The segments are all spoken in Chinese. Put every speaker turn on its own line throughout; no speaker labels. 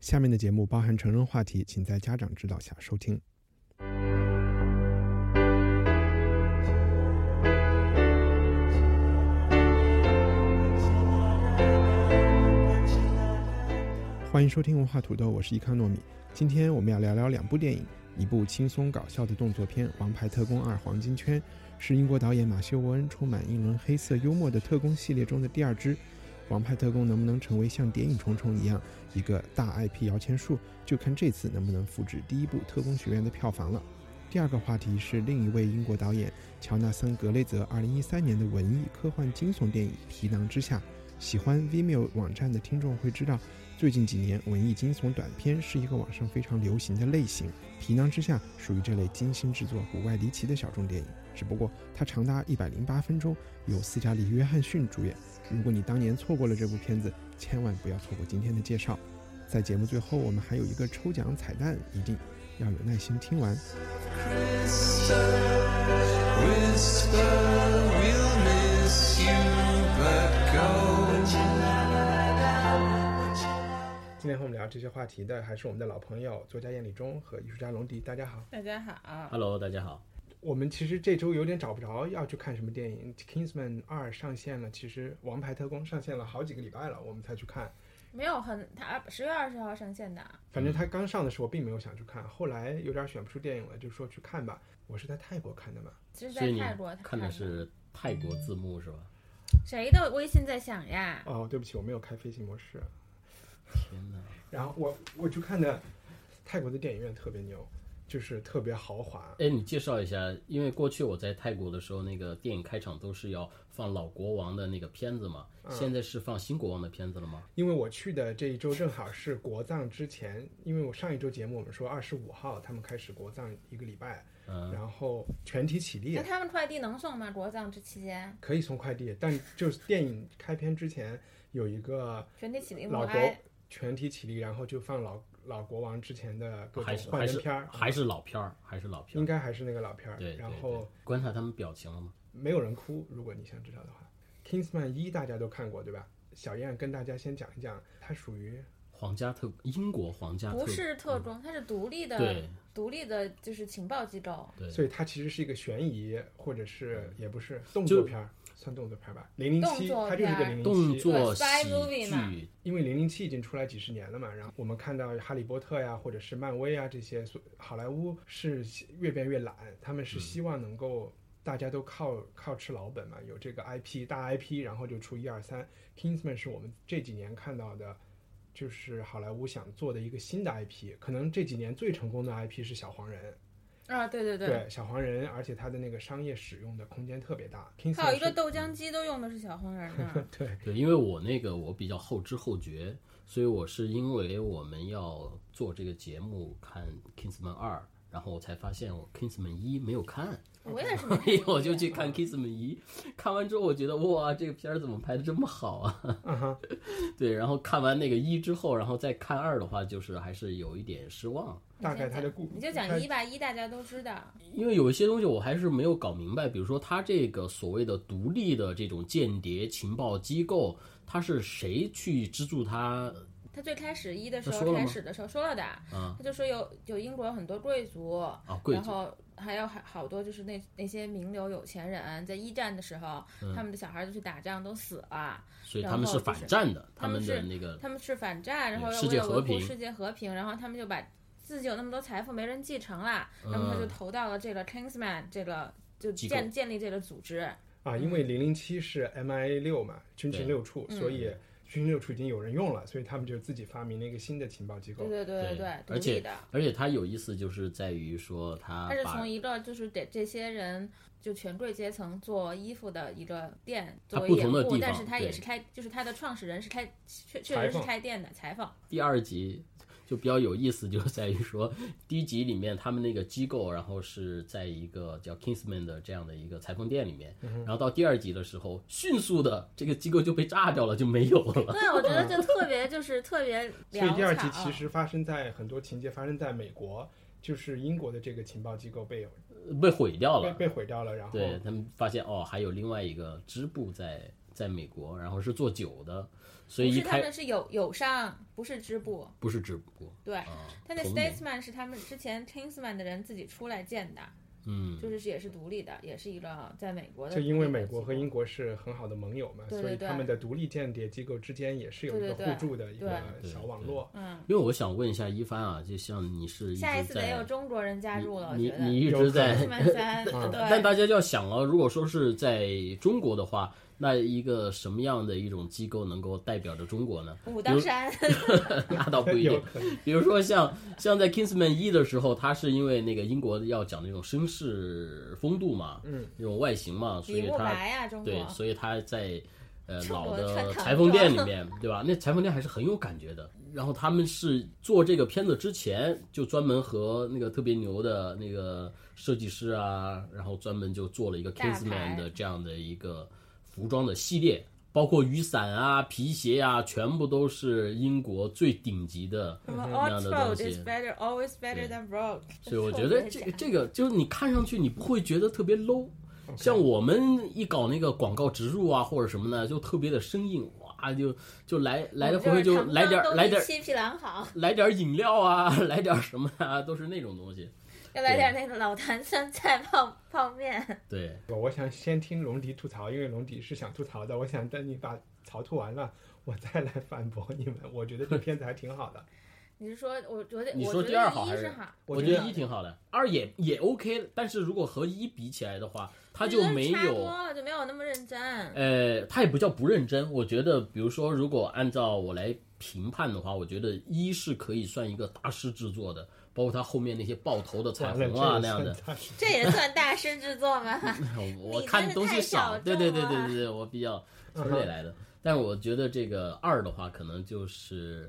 下面的节目包含成人话题，请在家长指导下收听。欢迎收听文化土豆，我是伊康糯米。今天我们要聊聊两部电影，一部轻松搞笑的动作片《王牌特工二：黄金圈》，是英国导演马修·沃恩充满英伦黑色幽默的特工系列中的第二支。王牌特工能不能成为像《谍影重重》一样一个大 IP 摇钱树，就看这次能不能复制第一部《特工学院》的票房了。第二个话题是另一位英国导演乔纳森·格雷泽2013年的文艺科幻惊悚电影《皮囊之下》。喜欢 Vimeo 网站的听众会知道，最近几年文艺惊悚短片是一个网上非常流行的类型，《皮囊之下》属于这类精心制作、古怪离奇的小众电影。只不过它长达一百零八分钟，由斯嘉丽·约翰逊主演。如果你当年错过了这部片子，千万不要错过今天的介绍。在节目最后，我们还有一个抽奖彩蛋，一定要有耐心听完。今天和我们聊这些话题的还是我们的老朋友作家燕立忠和艺术家龙迪，大家好。
大家好，
Hello，大家好。
我们其实这周有点找不着要去看什么电影，《Kingsman 二》上线了，其实《王牌特工》上线了好几个礼拜了，我们才去看。
没有很，他十月二十号上线的啊，
反正它刚上的时候，我并没有想去看，后来有点选不出电影了，就说去看吧。我是在泰国看的嘛，
这是
所以
在
你
泰国
看的是泰国字幕是吧？
谁的微信在响呀？
哦，对不起，我没有开飞行模式。
天哪！
然后我我去看的泰国的电影院特别牛，就是特别豪华。
哎，你介绍一下，因为过去我在泰国的时候，那个电影开场都是要放老国王的那个片子嘛，
嗯
现在是放新国王的片子了吗？
因为我去的这一周正好是国葬之前，因为我上一周节目我们说二十五号他们开始国葬一个礼拜，
嗯，
然后全体起立
那。他们快递能送吗？国葬这期间，
可以送快递，但就是电影开篇之前有一个
全体起立默
老国
哀。
全体起立，然后就放老老国王之前的各种
还是
幻
还
灯
是
片儿，啊
还是老片儿，还是老片
应
儿。
该还是那个老片儿。
对对
然
对
后，
观察他们表情了吗？
没有人哭，如果你想知道的话，《Kingsman》一大家都看过对吧？小燕跟大家先讲一讲，它属于
皇家特英国皇啊家特嗯
不是特工，它是独立的
对，
独立的就是情报机构。
对，
所以它其实是一个悬疑，或者是也不是动
就
作片儿，算动作片儿吧。零零七，
动作
它就是个
片儿
零
动
零七。
作喜
Spy movie 嘛
剧
因为零零七已经出来几十年了嘛，然后我们看到《哈利波特》呀，或者是漫威啊这些，所好莱坞是越变越懒，他们是希望能够大家都靠靠吃老本嘛，有这个 IP 大 IP，然后就出一二三。Kingsman 是我们这几年看到的，就是好莱坞想做的一个新的 IP，可能这几年最成功的 IP 是小黄人，
啊，对对，
小黄人，而且它的那个商业使用的空间特别大。Kingsman
还有一个
是。
豆浆机都用的是小黄人呢
对，
对，因为我那个我比较后知后觉，所以我是因为我们要做这个节目看《Kingsman 二》，然后我才发现我《Kingsman 一》没有看，
我也 是没
所
看
以
过
哎我就去看《Kingsman 一》，看完之后我觉得哇，这个片儿怎么拍的这么好啊？
嗯哼，
对，然后看完那个一之后，然后再看二的话，就是还是有一点失望，
大概它的故
你就
它
讲一吧，一大家都知道。
因为有一些东西我还是没有搞明白，比如说他这个所谓的独立的这种间谍情报机构，他是谁去资助他？
他最开始一的时
他说
候
了吗
开始的时候说了的，
嗯
他就说有有英国有很多贵族，
啊，贵
然
族
后还有好好多就是那那些名流有钱人，在一战的时候，
嗯
他们的小孩就去打仗都死了，
所以
然
他们
后
是
就
反
是
战的，
他
他
们
们的
是
那个
他们是反战，然后
对
要
世
为
界
了维
和
护
平
世界和平，然后他们就把自己有那么多财富没人继承了，那么他就投到了这个 Kingsman 这个就
嗯机
建
构
建立这个组织，
嗯
嗯
啊，因为零零七是 MIA 六嘛，军情六处，所以军六处已经有人用了，所以他们就自己发明了一个新的情报机构
对。对对对，独
而
立
且
的。
而且它有意思就是在于说它
它是
啊把
从一个就是得这些人就权贵阶层做衣服的一个店
它
作为
不同
掩
的
护，
地
但
方
是它也
对
是开，就是它的创始人是开，确确
裁
实是
缝
开店的裁 缝。
第二集就比较有意思，就在于说，第一集里面他们那个机构，然后是在一个叫 Kingsman 的这样的一个裁缝店里面，
嗯
然后到第二集的时候，迅速的这个机构就被炸掉了，就没有了。
对，我觉得就特 别就是特别
所以
潦
第二集
啊
草
其实发生在很多情节发生在美国，就是英国的这个情报机构被
被毁掉
被
了。
被毁掉了，然后
对他们发现哦，还有另外一个支部在在美国，然后是做酒的，所
不
以一
是他
开
们是有有上，不是支部。
不是支部，
对，他那
啊同盟
Statesman 是他们之前 Kingsman 的人自己出来建的，
嗯，
就是也是独立的，也是一个在美国的。
就因为美国和英国是很好的盟友嘛，
对对
所以
对
他们的独立间谍机构之间也是有一个
对对对嗯
互助的一个
对
小网络。
因为我想问一下一帆啊，就像你是一直
下一次得有
在
中国人加入了，我
你
觉得。
你一啊
有可
直在
能
Kingsman 三，
但
对，
大家就要想了，如果说是在中国的话，那一个什么样的一种机构能够代表着中国呢？
武当山，
那倒不一
有
定。比如说像像在 Kingsman 一的时候，他是因为那个英国要讲那种绅士风度嘛，嗯，那种外形嘛，所
李
以
慕白
他
呀，中
对，
国。
所以他在呃
赤裸
老
穿
的
唐
裁缝店里
装
面，对吧？那裁缝店还是很有感觉的。然后他们是做这个片子之前就专门和那个特别牛的那个设计师啊，然后专门就做了一个
大牌
Kingsman 的这样的一个服装的系列，包括雨伞啊、皮鞋啊，全部都是英国最顶级的
什么
嗯那样
All
的
road
东
is
西。
better, always better than road。
所以我觉得这个这个就是你看上去你不会觉得特别 low，像我们一搞那个广告植入啊或者什么的，就特别的生硬，哇，就就来来来回回就来点来点
七匹 狼好，
来点饮料啊， 来点什么啊，都是那种东西。
要来点那个老坛酸菜泡泡面。
对，
我想先听龙迪吐槽，因为龙迪是想吐槽的。我想等你把槽吐完了，我再来反驳你们。我觉得 这片子还挺好的。
你是说，我觉得
你
我
说
觉
第
得
二好
一
还
是
是
好？
我
觉
觉
得
得一挺好的，二也也 OK，但是如果和一比起来的话，它
我
就
觉得
没
差
有。
多了，就没有那么认真。
呃，他也不叫不认真。我觉得，比如说，如果按照我来评判的话，我觉得一是可以算一个大师制作的，包括他后面那些爆头的彩
完了
虹啊那
这
样
个
的。
算
这也算大师制作吗？
我
你真
看
是
东
太
西
小
少，对
众
对对对
了
对对，我比较
嗯
村里来的。但是我觉得这个二的话，可能就是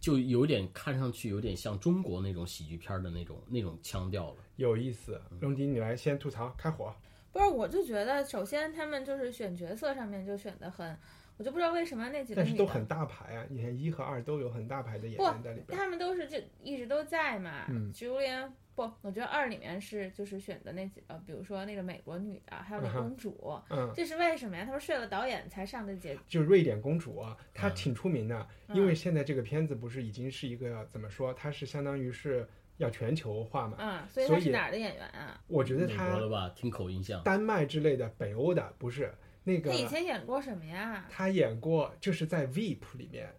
就有点看上去有点像中国那种喜剧片的那种那种腔调了。
有意思。龙迪，你来先吐槽，开火。
不是，我就觉得，首先他们就是选角色上面就选的很，我就不知道为什么那几个
但是
女
都
的
很大牌啊，你看一和二都有很大牌的演
不
员在里，边。嗯
他们都是这一直都在嘛。Julian 不，我觉得二里面是就是选的那几个，比如说那个美国女的，还有那公主，
嗯
这是为什么呀？他们睡了导演才上的节，
就瑞典公主啊，她
嗯
挺出名的，
嗯
因为现在这个片子不是已经是一个怎么说，它是相当于是要全球化嘛。
嗯，所
啊
以
所
她是
以
哪儿的演员啊？
我觉得
美国的
她
吧，听口音像。
丹麦之类的、北欧的不是那
她
个，
以前演过什么呀？
她演过就是在 Veep 里面，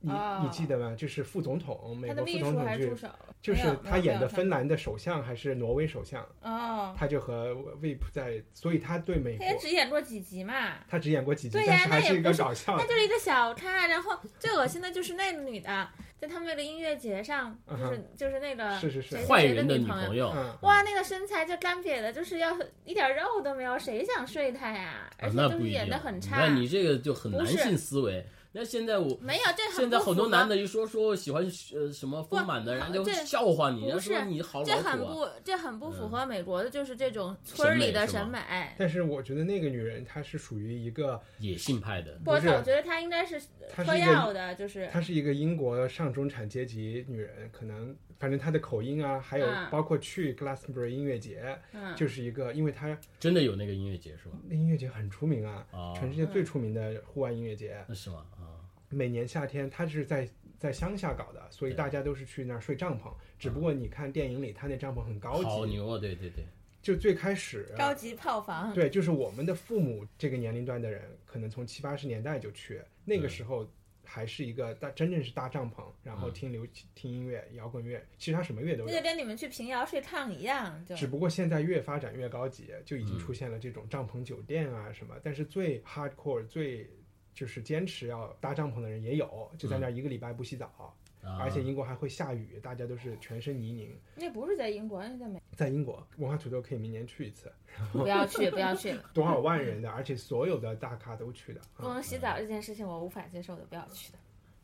你、
哦
你记得吗？就是副总统，美
她的
国
秘
副总
书
统
还是
剧
助，手？
就是
没有
她演的芬。
没有没有
兰的首相还是挪威首相，
哦，
她就和 Veep 在，所以她对美
她
国
也，只演过几集嘛。
她只演过几集，
对
但
呀
是还
那也
是一个
不是
搞笑
她
的。
就是一个小咖，然后最恶心的就是那个女的，在他们那个音乐节上，就
嗯
是、
哼
就是那个
是是是
谁谁
坏
谁
人
的
女
朋
朋。友，
嗯
哇，那个身材就干瘪的，就是要一点肉都没有，谁想睡她呀？而
啊
且
那
就
不
是
一
哎演
定。
的很差，
那你这个就很
不
男
是
性思维。那现在我
没有这很
现在
不
很
符
多
合
男的一说说喜欢呃什么丰满的，
不
人家就
这
笑话你，人
不
家说
是
你好
这
老
很
土啊。嗯
不这很不符合美国的，就是这种村儿里的
审
审
美
美。
但是我觉得那个女人她是属于一个，
野性派的，
不，我
是
觉得她应该是
她是
嗑
一个
药的，就是
她是一个英国上中产阶级女人，可能反正她的口音啊，还有
嗯
包括去 Glastonbury 音乐节，
嗯
就是一个，因为她
真的有那个音乐节是吧？
那音乐节很出名啊，
哦
全世界
嗯
最出名的户外音乐节，
那是吗？啊，
每年夏天她是在在乡下搞的，所以大家都是去那儿睡帐篷。只不过你看电影里，她那帐篷很高
好
级，
牛啊！对对对，
就最开始
高级炮房。
对，就是我们的父母这个年龄段的人，可能从七八十年代就去，那个时候还是一个大，真正是搭帐篷，然后听流听音乐、摇滚乐，其实它什么乐都
嗯那
有
就。跟你们去平遥睡炕一样，就
只不过现在越发
嗯
展越高级，就已经出现了这种帐篷酒店啊什么。但是最 hardcore、最就是坚持要搭帐篷的人也有，就
嗯
在那儿一个礼拜不洗澡，
啊
而且英国还会下雨，大家都是全身泥泞。
那不是在英国，那是在 美。
在英国，文化土豆可以明年去一次，
不要去，不要去，
多少万人的，而且所有的大咖都去的。
不能洗澡这件事情我无法接受的，不要去的。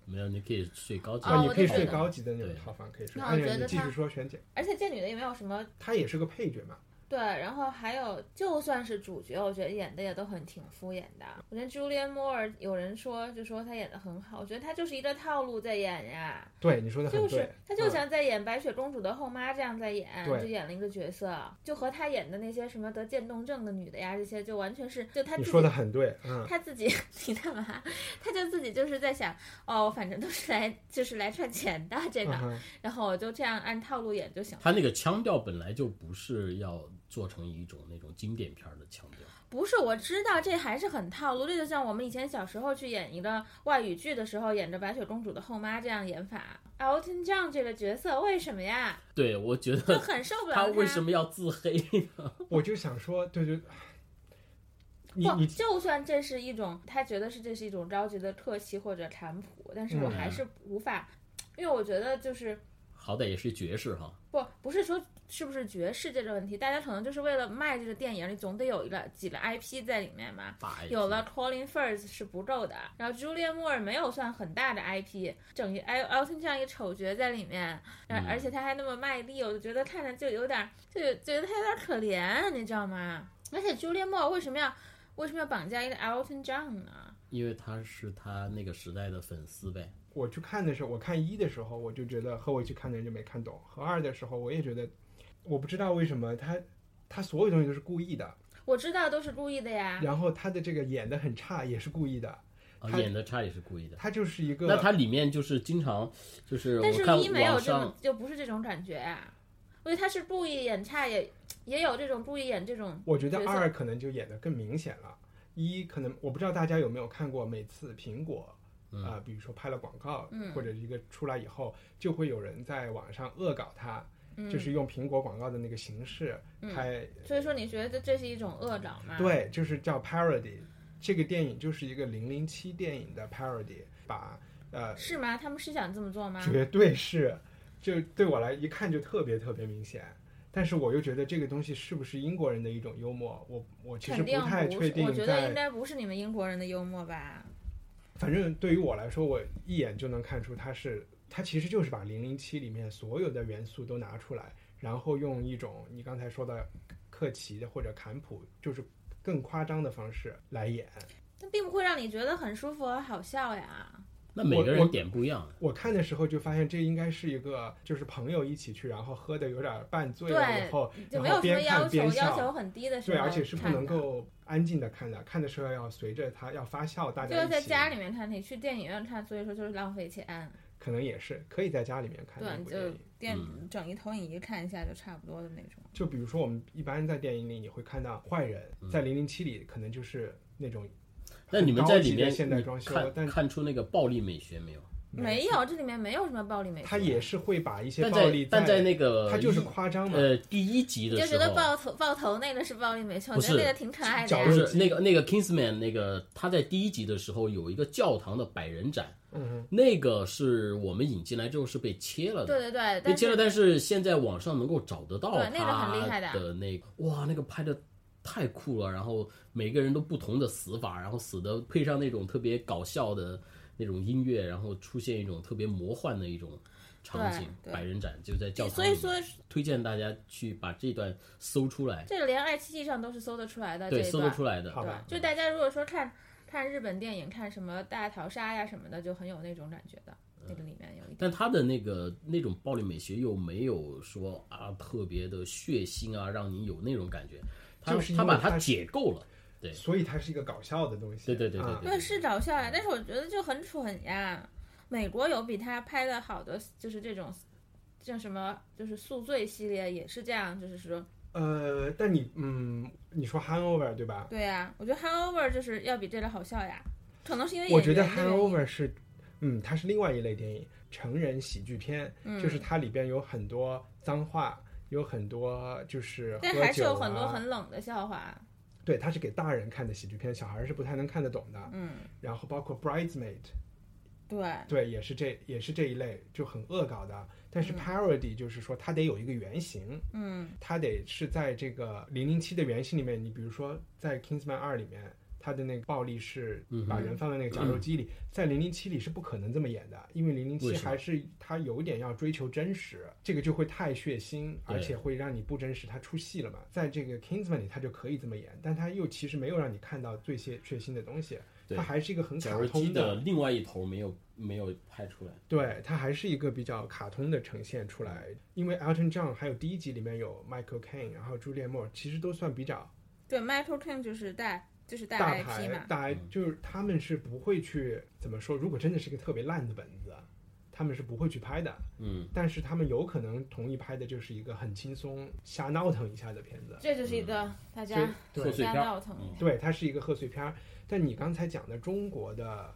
没有，你可以睡高级
啊
啊，
的，
你
我
可以
就觉
睡
得
高级的那种
对
套房，可以睡。
那我
按
觉
照你
得
继
他
续说，璇姐，
而且这女的也没有什么
她也是个配角嘛，
对，然后还有，就算是主角，我觉得演的也都很挺敷衍的。我觉得 Julian Moore 有人说就说她演的很好，我觉得她就是一个套路在演 呀，
对，你说的很
就
对，
是她就
嗯
像在演白雪公主的后妈这样在演，
对
就演了一个角色，就和她演的那些什么得渐冻症的女的呀，这些就完全是就她
你
自
说
己
的很对，嗯，
他自己 你干嘛？他就自己就是在想，哦，反正都是来就是来赚钱的这个，
嗯哼
然后我就这样按套路演就行了。
他那个腔调本来就不是要做成一种那种经典片儿的腔调。
不是，我知道这还是很套路，这就像我们以前小时候去演一个外语剧的时候，演着白雪公主的后妈这样演法。Elton John 这个角色为什么呀？
对，我觉
就
得
很受不了
他为什么要自黑呢？
我就想说，对 对，你
不，
你
就算这是一种他觉得是这是一种着急的客气或者谈吐，但
嗯
是我还是无法，因为我觉得就是
好歹也是爵士哈，
不，不是说是不是爵士这个问题，大家可能就是为了卖这个电影，你总得有一个几个 IP 在里面嘛。
大爷
有了 Colin Firth 是不够的，然后 Julian Moore 没有算很大的 IP，整一 El Elton 这样一个丑角在里面，而、
嗯
而且他还那么卖力，我就觉得看着就有点儿，就觉得他有点儿可怜，啊你知道吗？而且 Julian Moore 为什么要为什么要绑架一个 Elton John 呢？
因为他是他那个时代的粉丝呗。
我去看的时候，我看一的时候，我就觉得和我一起看的人就没看懂；和二的时候，我也觉得，我不知道为什么他他所有东西都是故意的，
我知道都是故意的呀，
然后他的这个演的很差也是故意的，
啊，
他
演的差也是故意的。
他就是一个
那他里面就是经常就是
但
我
是
看
一没有
网
这种
上，
就不是这种感觉啊。我觉得他是故意演差也，也有这种故意演这种。
我觉得
角色
二可能就演的更明显了，一可能我不知道大家有没有看过，每次苹果啊、比如说拍了广告，
嗯
或者一个出来以后，就会有人在网上恶搞它，
嗯
就是用苹果广告的那个形式拍，
所以说，你觉得这是一种恶搞吗？，
对，就是叫 parody。这个电影就是一个零零七电影的 parody，把呃
是吗？他们是想这么做吗？
绝对是，就对我来一看就特别特别明显。但是我又觉得这个东西是不是英国人的一种幽默，我我其实
肯定
太
不
确
是，
定
我觉得应
在。
该不是你们英国人的幽默吧？
反正对于我来说，我一眼就能看出它是，它其实就是把零零七里面所有的元素都拿出来，然后用一种你刚才说的克奇的或者坎普，就是更夸张的方式来演。
那并不会让你觉得很舒服和好笑呀。
那每个
我
人
我
点不一样。
我看的时候就发现，这应该是一个就是朋友一起去，然后喝的有点半醉了
对
以后，
就
然
没有
后
什么
边
要
看
求，
边
要求
笑，
很低的时
对，
候
而且是不
看
能
的。
够安静的看的，看的时候要随着他要发笑，大
就
家
要
一
在
起
家里面看，你去电影院看，所以说就是浪费钱。
可能也是可以在家里面看
对，
那
你
部
就
电影。嗯
电整一投影仪看一下就差不多的那种。
就比如说我们一般在电影里你会看到坏人，在零零七里可能就是那种
那你们在
很高
里
级的
面
现代装修
你看
但
看出那个暴力美学没有？
没有，这里面没有什么暴力美学。
他也是会把一些
但
暴
在
力
但在那个
他就是夸张嘛，
呃第一集的
你就
时
觉得
候，
爆头爆头那个是暴力美学，我
不
觉得
是
那个挺可爱的
角
呀
不。
落
是那个那个 Kingsman 那个他在第一集的时候有一个教堂的百人展，嗯，那个是我们引进来之后是被切了的，
对对对，
被
但
切了，
是
但是现在网上能够找得到
对那个很厉
他
害的
的那个，哇，那个拍的太酷了，然后每个人都不同的死法，然后死的配上那种特别搞笑的那种音乐，然后出现一种特别魔幻的一种场景，
对对
百人展就在教堂
所
里
以
面
说
推荐大家去把这段搜出来，
这个连爱奇艺上都是搜得出来的，
对，
这一
搜
段
得出来的，
好吧
对，就大家如果说看看日本电影，看什么大逃杀呀什么的，就很有那种感觉的。那个里面有一点，
嗯但他的那个那种暴力美学又没有说啊特别的血腥啊，让你有那种感觉。他
就是因
他
为
把
它
它
是
解构了，对
所以它是一个搞笑的东西。
对对对对
啊
对
对，是搞笑呀，但是我觉得就很蠢呀。美国有比他拍的好的，就是这种，像什么就是宿醉系列也是这样，就是说
呃，但你嗯，你说 Hangover 对吧？
对呀、我觉得 Hangover 就是要比这个好笑呀，可能是因为
我觉得
演员的原因
Hangover 是，嗯，它是另外一类电影，成人喜剧片，就是它里边有很多脏话，有很多就是喝酒啊，啊
但还是有很多很冷的笑话。
对，它是给大人看的喜剧片，小孩儿是不太能看得懂的。嗯，然后包括 Bridesmaid，
对，
对，也是这也是这一类就很恶搞的，但是 parody 就是说它得有一个原型，嗯，它得是在这个零零七的原型里面，你比如说在 Kingsman 二里面，它的那个暴力是
嗯
把人放在那个绞肉机里，在零零七里是不可能这么演的，因为零零七
为什么
还是它有点要追求真实，这个就会太血腥，而且会让你不真实，它出戏了嘛。在这个 Kingsman 里，它就可以这么演，但它又其实没有让你看到最血血腥的东西，
对
它还是一个很卡
绞肉机
通的
的另外一头没有没有拍出来，
对，它还是一个比较卡通的呈现出来。因为 Elton John 还有第一集里面有 Michael Caine，然后 Julianne Moore，其实都算比较
对，Michael Caine 就是带就是带
大
IP
牌
嘛，
大，就是他们是不会去怎么说？如果真的是一个特别烂的本子，他们是不会去拍的。
嗯，
但是他们有可能同意拍的就是一个很轻松瞎闹腾一下的片子。
这就是一
嗯
个大家
对
贺岁
瞎
片儿
闹腾一下。
对，它是一个贺岁片儿。但你刚才讲的中国的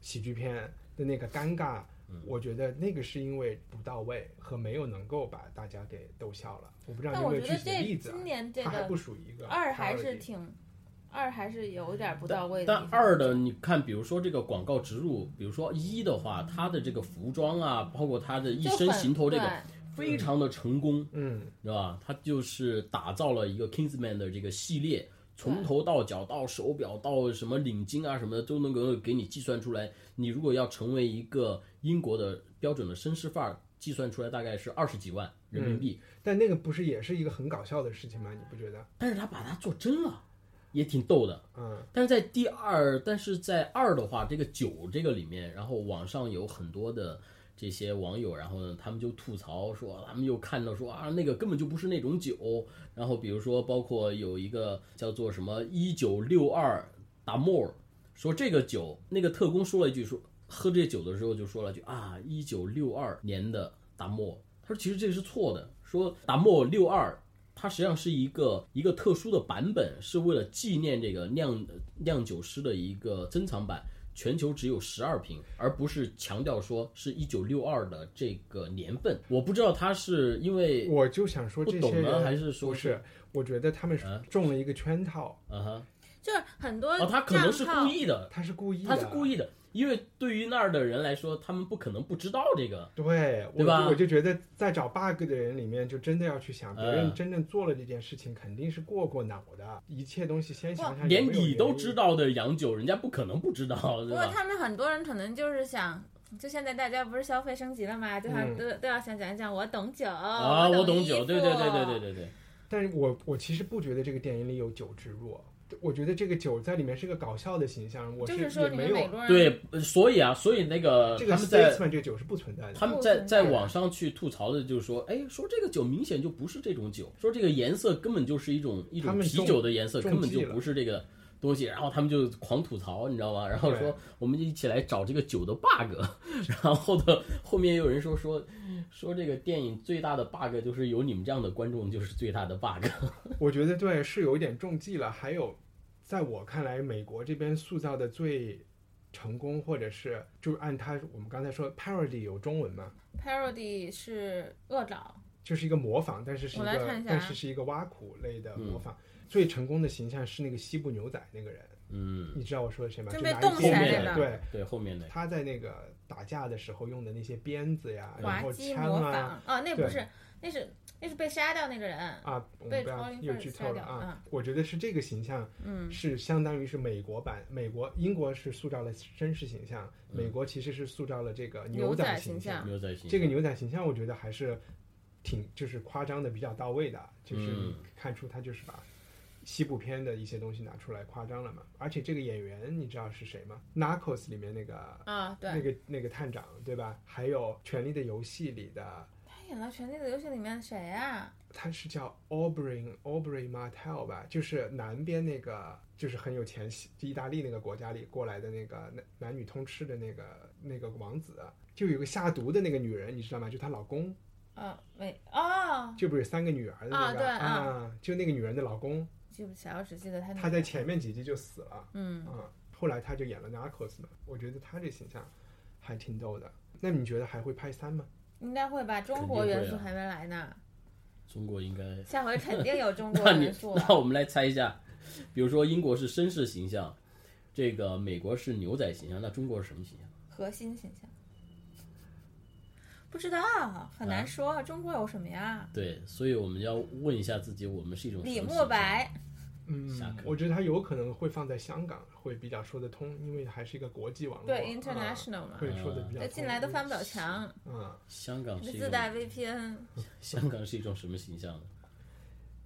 喜剧片的那个尴尬，
嗯
我觉得那个是因为不到位和没有能够把大家给逗笑了。我不知道
但
你有
我
没有
觉
具
得
体的
这
例子啊
今，年这
它还
个
不属于一个
二还是
priority
挺，二还是有点不到位的
但
地方。
二的，你看，比如说这个广告植入，比如说一的话，它的这个服装啊，包括它的一
就
身
很
行头，这个
对
非常的成功，
嗯，
知道吧？它就是打造了一个 Kingsman 的这个系列，从头到脚，到手表，到什么领巾啊什么的，都能够给你计算出来。你如果要成为一个英国的标准的绅士范儿，计算出来大概是二十几万人民币，
但那个不是也是一个很搞笑的事情吗？你不觉得？
但是他把它做真了，也挺逗的。
嗯，
但是在第二，但是在二的话，这个酒这个里面，然后网上有很多的这些网友，然后呢，他们就吐槽说，他们又看到说啊，那个根本就不是那种酒。然后比如说，包括有一个叫做什么一九六二达莫尔，说这个酒，那个特工说了一句说，喝这酒的时候就说了句啊，一九六二年的达莫尔，他说其实这个是错的，说达莫六二它实际上是一个一个特殊的版本，是为了纪念这个酿酿酒师的一个珍藏版，全球只有十二瓶，而不是强调说是一九六二的这个年份。我不知道他是因为
我就想说
不
这
懂
些
呢
人
还是说
不
是
是？我觉得他们是
嗯
中了一个圈套，
啊哈，
就是很多
哦，他可能是
账号
故意的，
他是故意的，
他是故意的，因为对于那儿的人来说，他们不可能不知道这个。
对，我
对吧
就我就觉得在找 bug 的人里面，就真的要去想，别人
嗯
真正做了这件事情，肯定是过过脑的。一切东西先想想有没有
连你都
原因
知，道的洋酒，人家不可能不知道，对
不过
吧？
他们很多人可能就是想，就现在大家不是消费升级了嘛，就想
嗯
都、都要想讲一讲我懂酒
啊，我懂
衣
酒，
服
对对对对对对对，
但是我我其实不觉得这个电影里有酒植入，我觉得这个酒在里面是个搞笑的形象，我
就是说
也
你
没
们美
有
国人
对，呃所以啊，所以那个
这个
他们在
statement 这个酒是不存在的。
他们在在网上去吐槽的，就是说，哎，说这个酒明显就不是这种酒，说这个颜色根本就是一种一
他
种
们
啤
中
酒的颜色，
中
根本
计
就
了
不是这个东西，然后他们就狂吐槽，你知道吗？然后
对
说我们一起来找这个酒的 bug，然 后的后面又有人说说说这个电影最大的 bug 就是有你们这样的观众就是最大的 bug，
我觉得对，是有一点中计了。还有，在我看来，美国这边塑造的最成功，或者是就是按他我们刚才说 parody 有中文嘛，
parody 是恶搞，
就是一个模仿，但是是一
我来看
个
一下啊
但是是一个挖苦类的模仿。最成功的形象是那个西部牛仔那个人，
嗯，
你知道我说的谁吗？
就
就
被
拿一
冻
个
后
起来
面
那
的
个
对，
对后面的
他在那个打架的时候用的那些鞭子呀，然
滑
后
稽
枪
模仿
啊。
哦，那不
对
是，那是那是被杀掉那个人，
啊，我们
被
不要
Colin
又
Firth
剧透了
杀掉
啊！我觉得是这个形象，
嗯
是相当于是美国版，美国英国是塑造了绅士形象，美国其实是塑造了这个
牛仔
仔形
形象
牛仔形
这个
象
牛仔形象，我觉得还是挺就是夸张的比较到位的，就是你看出他就是把西部片的一些东西拿出来夸张了嘛。而且这个演员你知道是谁吗？Narcos 里面那个
啊，对，
那个那个探长对吧？还有《权力的游戏》里的，
他演了《权力的游戏》里面谁呀、
他是叫 Aubrey Aubrey Martel 吧？就是南边那个，就是很有钱西意大利那个国家里过来的那个男男女通吃的那个那个王子，啊就有个下毒的那个女人，你知道吗？就她老公。
啊？啊，没哦，
就不是有三个女儿的那个
啊对啊
就那个女人的老公，
记不起来，我只记得他那
他在
个
前面几集就死了，
嗯
啊，后来他就演了 Narcos 嘛，我觉得他这形象还挺逗的。那你觉得还会拍三吗？
应该会吧，中
肯
国
定
元
会
素
啊
还没来呢，
中国应该
下回肯定有中国
那你
元素、
那我们来猜一下，比如说英国是绅士形象，这个美国是牛仔形象，那中国是什么形象？
核心形象。不知道，很
啊
难说。中国有什么呀？
对，所以我们要问一下自己，我们是一种
李
什么
慕
形象
白，
下
嗯
课，
我觉得他有可能会放在香港，会比较说得通，因为还是一个国际网络，
对
啊
international 嘛
会说的比较
那
通。
进来都翻不了墙，
嗯，
香港是一
自
种
带 VPN。
香港是一种什么形 象呢？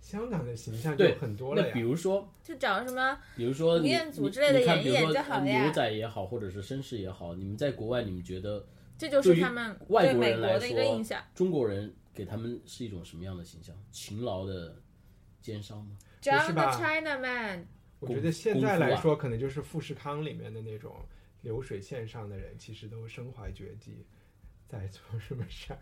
香港的形象就
对，
很多了
那
呀。
比如说，
就找什么？
比如说
吴
你
彦祖
你
之类的
你看
演
比如
一演
说
就好了呀
牛仔也好，或者是绅士也好，你们在国外，你们觉得
这就
对
是
于
他们
外
对
国
美
人
国
来
的一个印象
说，中国人给他们是一种什么样的形象？勤劳的奸商吗？
，John
是
the
吧
China Man，
我觉得现在来
啊
说，可能就是富士康里面的那种流水线上的人，其实都身怀绝技，在做什么事儿，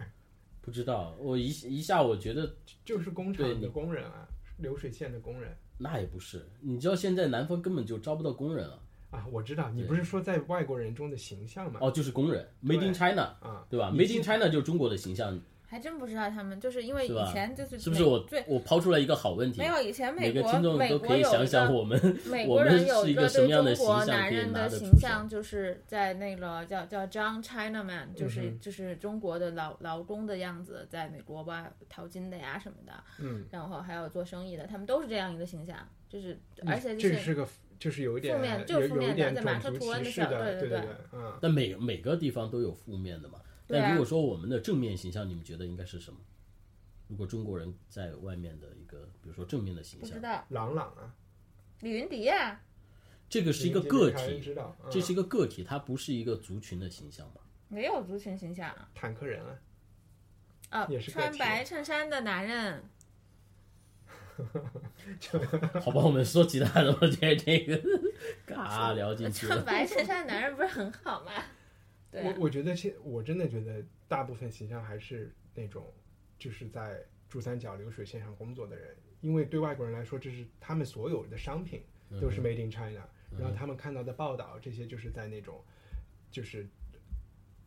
不知道，我一一下我觉得
就是工
对
厂
你
的工人啊，流水线的工人
那也不是。你知道现在南方根本就招不到工人啊，
啊。我知道，你
对
不是说在外国人中的形象嘛？
哦，就是工人，Made in
对
China，
啊，
对吧
你
？Made in China 就是中国的形象，
还真不知道他们，就是因为
是吧
以前就是
是不是？
美
我
对
我抛出来一个好问题，
没有以前美
每个
国
听众
美
都
国
可以
有
想
一
想
个
我们
美
我
国
们
人有
是一
个
个什
对
么样的
中
形
国
象
男
可以
人
拿
的
得出
形
手
象，就是在那个叫叫 John
嗯
Chinaman，就是、就是中国的劳劳工的样子，在美国吧淘金的呀什么的，
嗯，
然后还有做生意的，他们都是这样一个形象，就是
嗯
而且就
这
是
是个就是有一点
负面就
有
是负面的
有一点
在
种
马克
族
吐温
歧
的
视
小对
对
对
对，嗯，
但每每个地方都有负面的嘛。
对啊
但如果说我们的正面形象，你们觉得应该是什么？如果中国人在外面的一个，比如说正面的形
不
象
知，道
朗朗啊，
李云迪啊呀、
这
这
个是一个个
知
体，
道，嗯
这是一个个体，它不是一个族群的形象嘛？
没有族群形象啊
坦克人啊，
啊，
也是个
穿
体
白衬衫的男 人，
好吧，我们说其他的，我觉得这个嘎聊进 去
穿
了。
白衬衫的男人不是很好 吗？对啊
我，我觉得现我真的觉得大部分形象还是那种就是在珠三角流水线上工作的人，因为对外国人来说，这是他们所有的商品都是 made in China，、然后他们看到的报道，这些就是在那种就是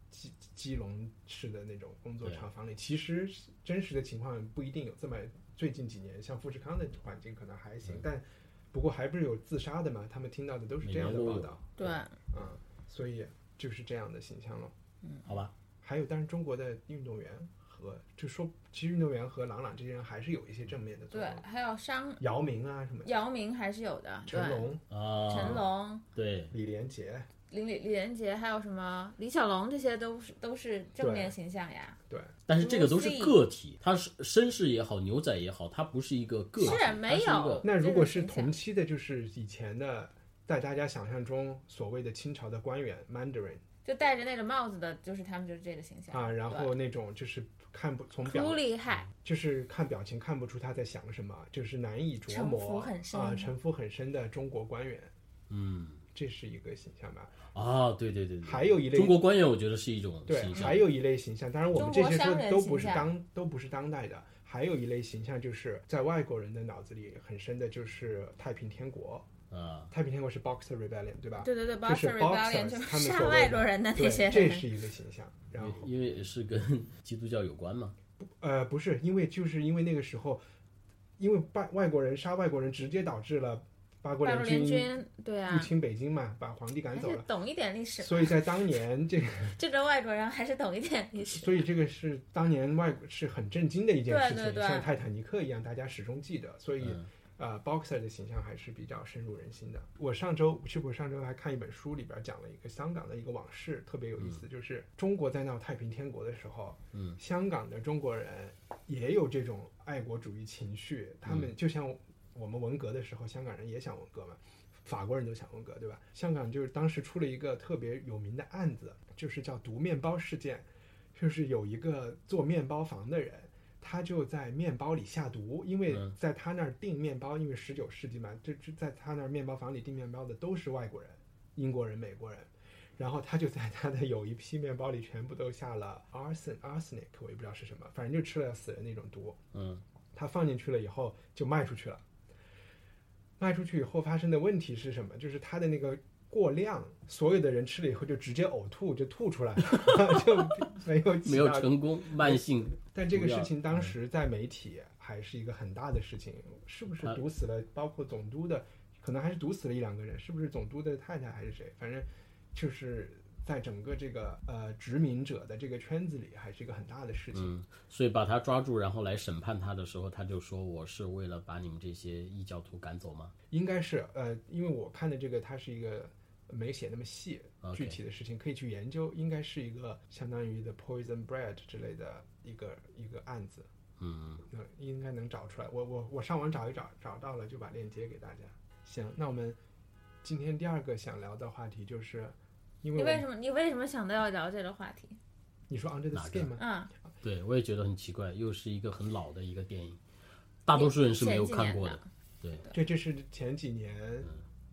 基基隆式的那种工作
对
厂房里，其实真实的情况不一定有这么。最近几年，像富士康的环境可能还行，但不过还不是有自杀的嘛？他们听到的都是
每
这样
年
的
都
报
有
道，
对，
嗯，所以就是这样的形象咯。
好吧，
还有，但是中国的运动员和就说，其实运动员和朗朗这些人还是有一些正面的作
对
嗯
用，。
还有商
姚明啊什么的，
姚明还是有的，对
成、龙、
啊，
成龙、
对，
李连杰，
李李李连杰，还有什么李小龙，这些都是都是正面形象呀。
对，
但是这个都是
Bruce Lee
个体，它是绅士也好，牛仔也好，它不是一个个体，
是
它
没
一
有
个
那
这
如
个
果
形
是
象
同期的，就是以前的，在大家想象中所谓的清朝的官员 Mandarin
就戴着那个帽子的，就是他们就是这个形象
啊，然
对
后那嗯种就是看不从表
哭厉害，
就是看表情看不出他在想什么，就是难以琢
城
磨，
府很深
啊，城府很深的中国官员，
嗯
这是一个形象吧。
啊，对对对对，
还有一类
中国官员，我觉得是一种
对，
形象，
还有一类形象，当然我们这
中国
些说
商人
的都不是
形象
当都不是当代的，还有一类形象就是在外国人的脑子里很深的，就是太平天国。
啊，
太平天国是 Boxer Rebellion，对吧？
对对对
就是
Boxer Rebellion，
Boxers，
就是
他们
杀
所谓
外国人的那
对
些
这
人
是一个形象。然后
因为是跟基督教有关嘛。
呃，不是，因为就是因为那个时候，呃因为外外国人杀外国人，直接导致了八国
八路联
联军
军，对
入
啊，
侵北京嘛，把皇帝赶
还
走
是
了。
懂一点历史，
所以在当年这个。
这个外国人还是懂一点 历史。
所以这个是当年外国是很震惊的一件
对
事情，
对对
像泰坦尼克一样，大家始终记得。所以，
嗯
呃，boxer 的形象还是比较深入人心的。我上周去我上周还看一本书，里边讲了一个香港的一个往事，特别有意思，就是中国在闹太平天国的时候，
嗯，
香港的中国人也有这种爱国主义情绪，他
嗯
们就像我们文革的时候，香港人也想文革嘛。法国人都想文革，对吧？香港就是当时出了一个特别有名的案子，就是叫毒面包事件。就是有一个做面包房的人，他就在面包里下毒，因为
嗯
在他那儿订面包，因为十九世纪嘛，这这在他那儿面包房里订面包的都是外国人，英国人、美国人。然后他就在他的有一批面包里全部都下了 arson arsenic，我也不知道是什么，反正就吃了死人那种毒。
嗯，
他放进去了以后就卖出去了。卖出去以后发生的问题是什么？就是它的那个过量，所有的人吃了以后就直接呕吐，就吐出来， 就没有起
没有
到
成功，慢性
但这个
毒药
事情当时在媒体还台是一个很大的事情，是不是
啊
毒死了？包括总督的，可能还是毒死了一两个人，是不是总督的太太还是谁？反正就是在整个这个呃殖民者的这个圈子里，还是一个很大的事情。
嗯所以把他抓住，然后来审判他的时候，他就说：“我是为了把你们这些异教徒赶走吗
应该是呃，因为我看的这个，它是一个没写那么细
OK
具体的事情可以去研究，应该是一个相当于 The Poison Bread 之类的一个一个案子，？”
嗯，
那应该能找出来。我我我上网找一找，找到了就把链接给大家。行，那我们今天第二个想聊的话题就是，因为
你
我
为什么你为什么想到要聊这个话题？
你说 Under the
哪个
Skin 吗？
嗯，
对我也觉得很奇怪，又是一个很老的一个电影，大多数人是没有看过的
前。嗯
对，这是前几年
嗯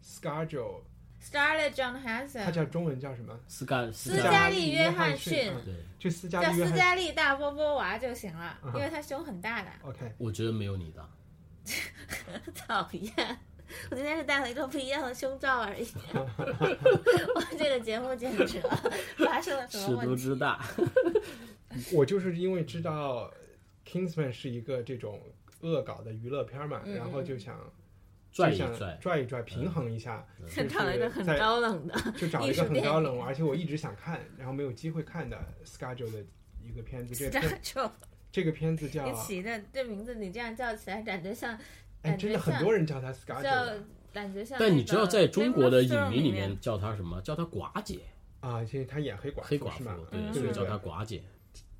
ScarJo，
Starlet John
它
Hansen
叫中文叫什么？
斯嘉斯
斯
嘉
嘉
丽，
丽
约
约翰
逊
逊，
嗯
对，
就斯嘉
叫
丽约
斯
翰。啊
嘉丽大波波娃就行了，因为她胸很大的。
OK，
我觉得没有你大。
讨厌！ 我今天是戴了一个不一样的胸罩而已。我这个节目简直了，发生了什
尺
么
度
问
之
题？
大，
我就是因为知道 Kingsman 是一个这种恶搞的娱乐片嘛，
嗯
然后就想
拽
就
一
想
拽，嗯
拽一拽，平衡一下， 就是
找了一个很
在
高冷的，
就找一
艺
个
术
很
电
高
影
冷，而且我一直想看，然后没有机会看的 ScarJo 的一个片子，这个
然
片
后
这个片子叫
一起的这名字你这样叫起来，感觉像
啊哎，
感
真
觉
的
像
很多人啊叫她
叫
ScarJo
感觉像那个 Game of Thrones。
但你知道，在中国的影迷
里
里面叫她什么？叫她寡姐，
啊，其实她演黑寡
黑
妇
寡
是吗
妇，？
嗯
对，
对
所
对
以叫她
对。
寡姐。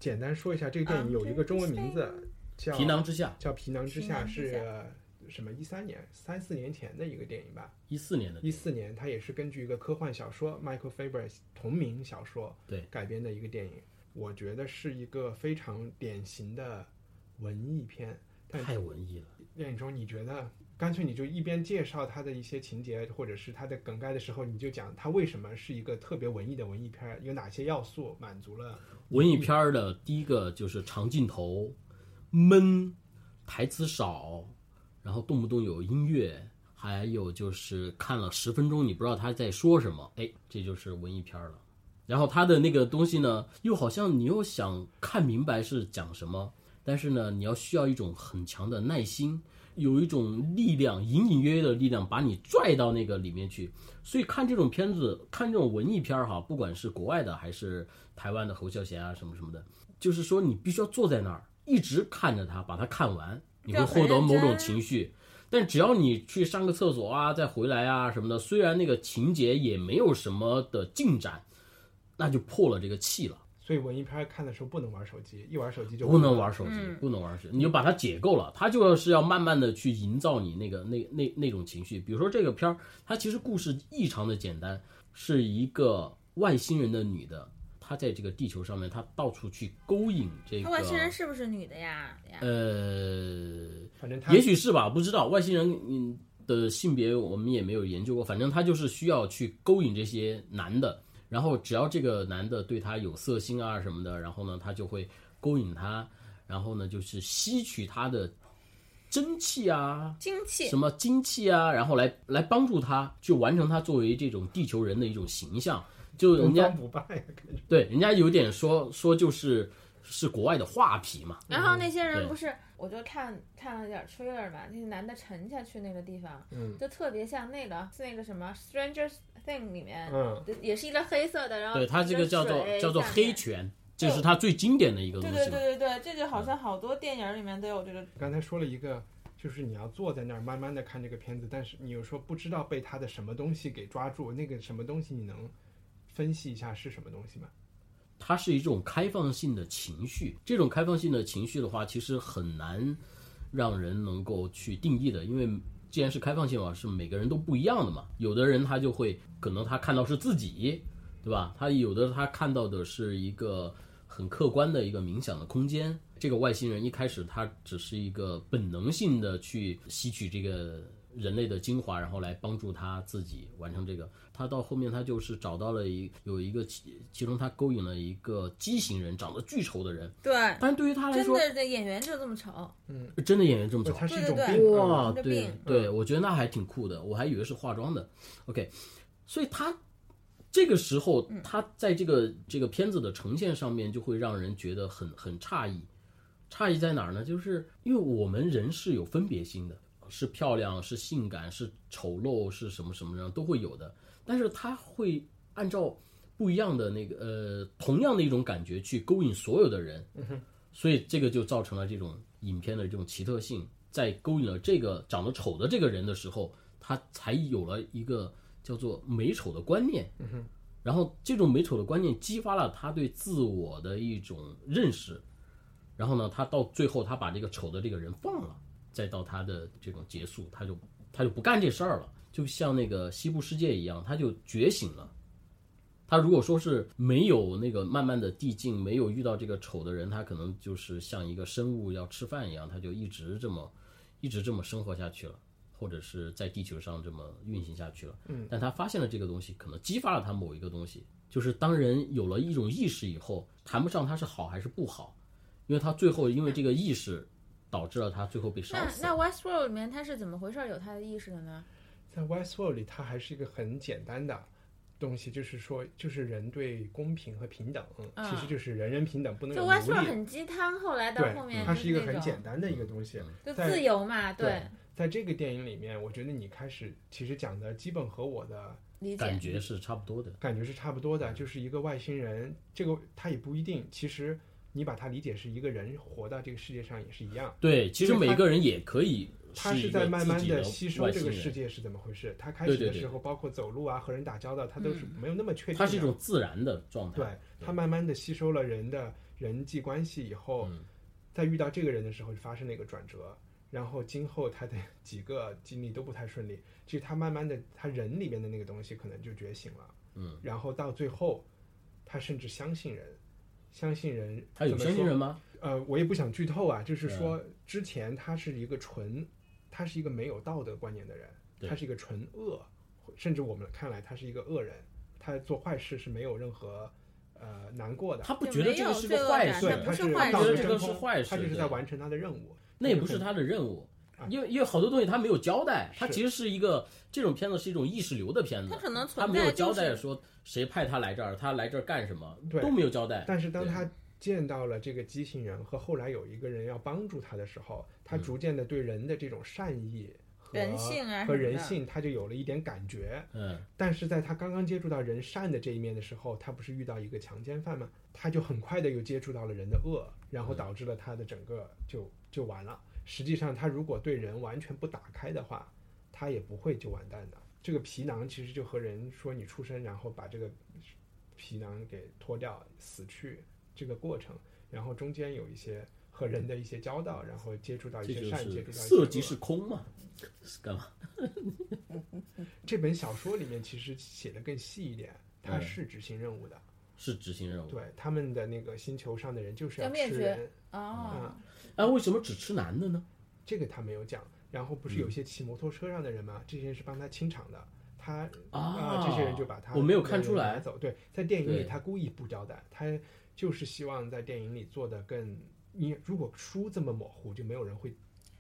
简单说一下，这个
啊
电影有一个中文名字叫《
皮囊之下，
叫《皮囊之下》，
皮囊之
是
下
呃什么？一三年、三四年前的一个电影吧。
一四年的
一
电影，
四年，它也是根据一个科幻小说 Michael Faber 同名小说
对
改编的一个电影。我觉得是一个非常典型的文艺片。但
太文艺了。
电影中，你觉得干脆你就一边介绍它的一些情节或者是它的梗概的时候，你就讲它为什么是一个特别文艺的文艺片，有哪些要素满足了
文艺片儿的第一个就是长镜头、闷、台词少，然后动不动有音乐，还有就是看了十分钟你不知道他在说什么，哎，这就是文艺片儿了。然后他的那个东西呢，又好像你又想看明白是讲什么，但是呢，你要需要一种很强的耐心，有一种力量，隐隐约约的力量把你拽到那个里面去。所以看这种片子，看这种文艺片儿哈，不管是国外的还是台湾的侯孝贤啊什么什么的，就是说你必须要坐在那儿一直看着它，把它看完，你会获得某种情绪。但只要你去上个厕所啊，再回来啊什么的，虽然那个情节也没有什么的进展，那就破了这个气了。
所以文艺片看的时候不能玩手机，一玩手机就
不能玩手机，
嗯
不能玩手机，你就把它解构了。它就是要慢慢的去营造你那个那那那种情绪。比如说这个片儿，它其实故事异常的简单，是一个外星人的女的，她在这个地球上面，她到处去勾引这个
外星人是不是女的呀？呀
呃，
反正它
也许是吧，不知道外星人嗯的性别我们也没有研究过，反正他就是需要去勾引这些男的，然后只要这个男的对他有色心啊什么的，然后呢他就会勾引他，然后呢就是吸取他的真气啊，
精气
什么精气啊，然后来来帮助他去完成他作为这种地球人的一种形象，就人
东
家
方不败呀，感觉
对人家有点说说就是是国外的画皮嘛，
然后那些
嗯对
人不是，我就看看了点 trailer 嘛，那个男的沉下去那个地方，
嗯
就特别像那个是那个什么 Stranger Thing 里面，
嗯
就也是一个黑色的，然后
对它这个叫做
啊水
叫做
下面
黑拳，这是它最经典的一个东
对
西
对
嘛。
对对对，这就
嗯
好像好多电影里面都有这个，
刚才说了一个，就是你要坐在那儿慢慢的看这个片子，但是你有时候不知道被他的什么东西给抓住，那个什么东西你能分析一下是什么东西吗？
它是一种开放性的情绪，这种开放性的情绪的话，其实很难让人能够去定义的，因为既然是开放性嘛，是每个人都不一样的嘛。有的人他就会可能他看到是自己，对吧？他有的他看到的是一个很客观的一个冥想的空间。这个外星人一开始他只是一个本能性的去吸取这个人类的精华，然后来帮助他自己完成这个。他到后面他就是找到了一有一个其其中他勾引了一个畸形人，长得巨丑的人。
对，
但是对于他来
真
说，
的这演员就这么丑，
真的演员这么
不
丑
是，，它是一种
对对
病。嗯
哇，
嗯
对
嗯
对，我觉得那还挺酷的，我还以为是化妆的。OK，所以他这个时候
嗯
他在这个这个片子的呈现上面，就会让人觉得很很诧异。差异在哪儿呢？就是因为我们人是有分别心的，是漂亮，是性感，是丑陋，是什么什么样都会有的，但是它会按照不一样的那个呃同样的一种感觉去勾引所有的人，所以这个就造成了这种影片的这种奇特性，在勾引了这个长得丑的这个人的时候，他才有了一个叫做美丑的观念。然后这种美丑的观念激发了他对自我的一种认识，然后呢，他到最后他把这个丑的这个人放了，再到他的这种结束，他就他就不干这事儿了，就像那个西部世界一样，他就觉醒了。他如果说是没有那个慢慢的递进，没有遇到这个丑的人，他可能就是像一个生物要吃饭一样，他就一直这么一直这么生活下去了，或者是在地球上这么运行下去了。嗯，但他发现了这个东西，可能激发了他某一个东西，就是当人有了一种意识以后，谈不上他是好还是不好，因为他最后因为这个意识导致了他最后被烧
那
死。
那 Westworld 里面他是怎么回事？有他的意识的呢？
在 Westworld 里，它还是一个很简单的东西，就是说，就是人对公平和平等，其实就是人人平等，不能
嗯就
有奴
Westworld
隶。
很鸡汤，后来到后
对，嗯
面
它
就是
一个
那
很
种
简单的一个东西，
就
在
自由嘛，
对，在这个电影里面，我觉得你开始其实讲的基本和我的
理解
感觉是差不多的，
感觉是差不多的，就是一个外星人，这个他也不一定。其实你把它理解是一个人活到这个世界上也是一样，
对，其实每个人也可以
他
一
是
个
在慢慢
自己
地
的
吸收
外
这
星
个
人。
世界是怎么回事。他开
对
始的
对对
时候，包括走路啊和人打交道，他都是没有那么确定的。
它是一种自然的状态。
对他慢慢的吸收了人的人际关系以后，
嗯
在遇到这个人的时候就发生了一个转折，然后今后他的几个经历都不太顺利，其实他慢慢的他人里面的那个东西可能就觉醒了，嗯，然后到最后，他甚至相信人，相信人，
他有
怎么
相信
说
人吗？
呃，我也不想剧透啊，就是说之前他是一个纯，他是一个没有道德观念的人，他是一个纯恶，甚至我们看来他是一个恶人，他做坏事是没有任何呃难过的，
他不觉得这个是个坏事
对
对，他
他，不是
是
坏
道
事
德
这
真
个是
空，
坏事
他就是
对
在完成他的任务，
那也不
就是很啊
他的任务，因为因为好多东西他没有交代，他
是
其实是一个这种片子是一种意识流的片子，
它可能
他
存
没
在
有
就
交代
是
说谁派他来这儿，他来这儿干什么，
对
都没有交代。
但是当
对
他见到了这个畸形人和后来有一个人要帮助他的时候，他
嗯
逐渐的对人的这种善意和
人性啊
和
什么
人
的
性，他就有了一点感觉。
嗯，
但是在他刚刚接触到人善的这一面的时候，他不是遇到一个强奸犯吗？他就很快的又接触到了人的恶，然后导致了他的整个就就完了。实际上，他如果对人完全不打开的话，他也不会就完蛋的。这个皮囊其实就和人说你出生，然后把这个皮囊给脱掉，死去这个过程，然后中间有一些和人的一些交道，然后接触到
这
一些
就
善，接
是
触到一些
色
恶。
即是空嘛，是干嘛？
这本小说里面其实写的更细一点，它
嗯
是执行任务的。
是执行任务。
对，他们的那个星球上的人就是要嗯
要灭
吃
绝
人，啊
哦，
哎，为什么只吃男的呢？
这个他没有讲。然后不是有
嗯
些骑摩托车上的人吗？这些人是帮他清场的，他
啊
这些人就把他
我没有看出来
拿走。对，在电影里
对
他故意不交代，他就是希望在电影里做的更，你如果书这么模糊，就没有人会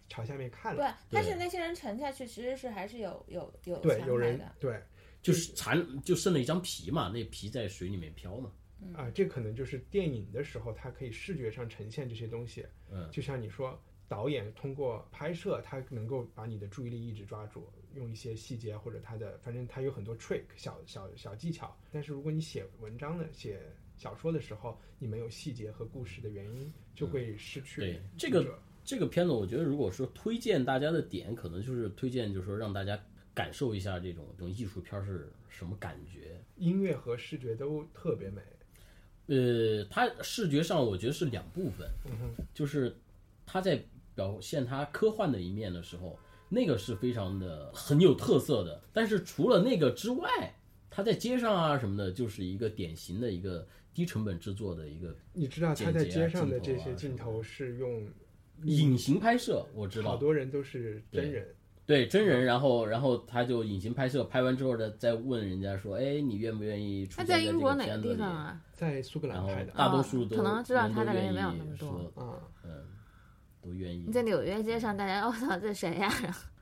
朝下面看
对
了。，
但是那些人沉下去，其实是还是有有有
对，
残
有
骸
人
的。
对啊、
就是残，就剩了一张皮嘛，那皮在水里面飘嘛。
啊这可能就是电影的时候，它可以视觉上呈现这些东西。
嗯，
就像你说，导演通过拍摄，他能够把你的注意力一直抓住，用一些细节或者他的，反正他有很多 trick 小小小技巧。但是如果你写文章的写小说的时候，你没有细节和故事的原因，就会失去
嗯对
读
这个
者
这个片子，我觉得如果说推荐大家的点，可能就是推荐，就是说让大家感受一下这种这种艺术片儿是什么感觉。
音乐和视觉都特别美。
呃，它视觉上我觉得是两部分，
嗯
就是他在表现他科幻的一面的时候，那个是非常的很有特色的。但是除了那个之外，他在街上啊什么的，就是一个典型的一个低成本制作的一个
你知道他
剪
在
辑啊
街上的
镜
这
头啊
些镜
什么
头是用，
隐形拍摄，我知
好
道，
多人都是真人。
对真
嗯
人，然后然后他就隐形拍摄，拍完之后再再问人家说，哎，你愿不愿意出
他
现
在
这
英国
个
哪个
片子
地
里
方？啊？嗯
在苏格
然
兰
后啊
拍的，
大多数都
可能知道
人
他
都
的人也
愿
没有
意
那么多
说嗯
啊、
都愿意。
你在纽约街上，大家我 操，这谁呀？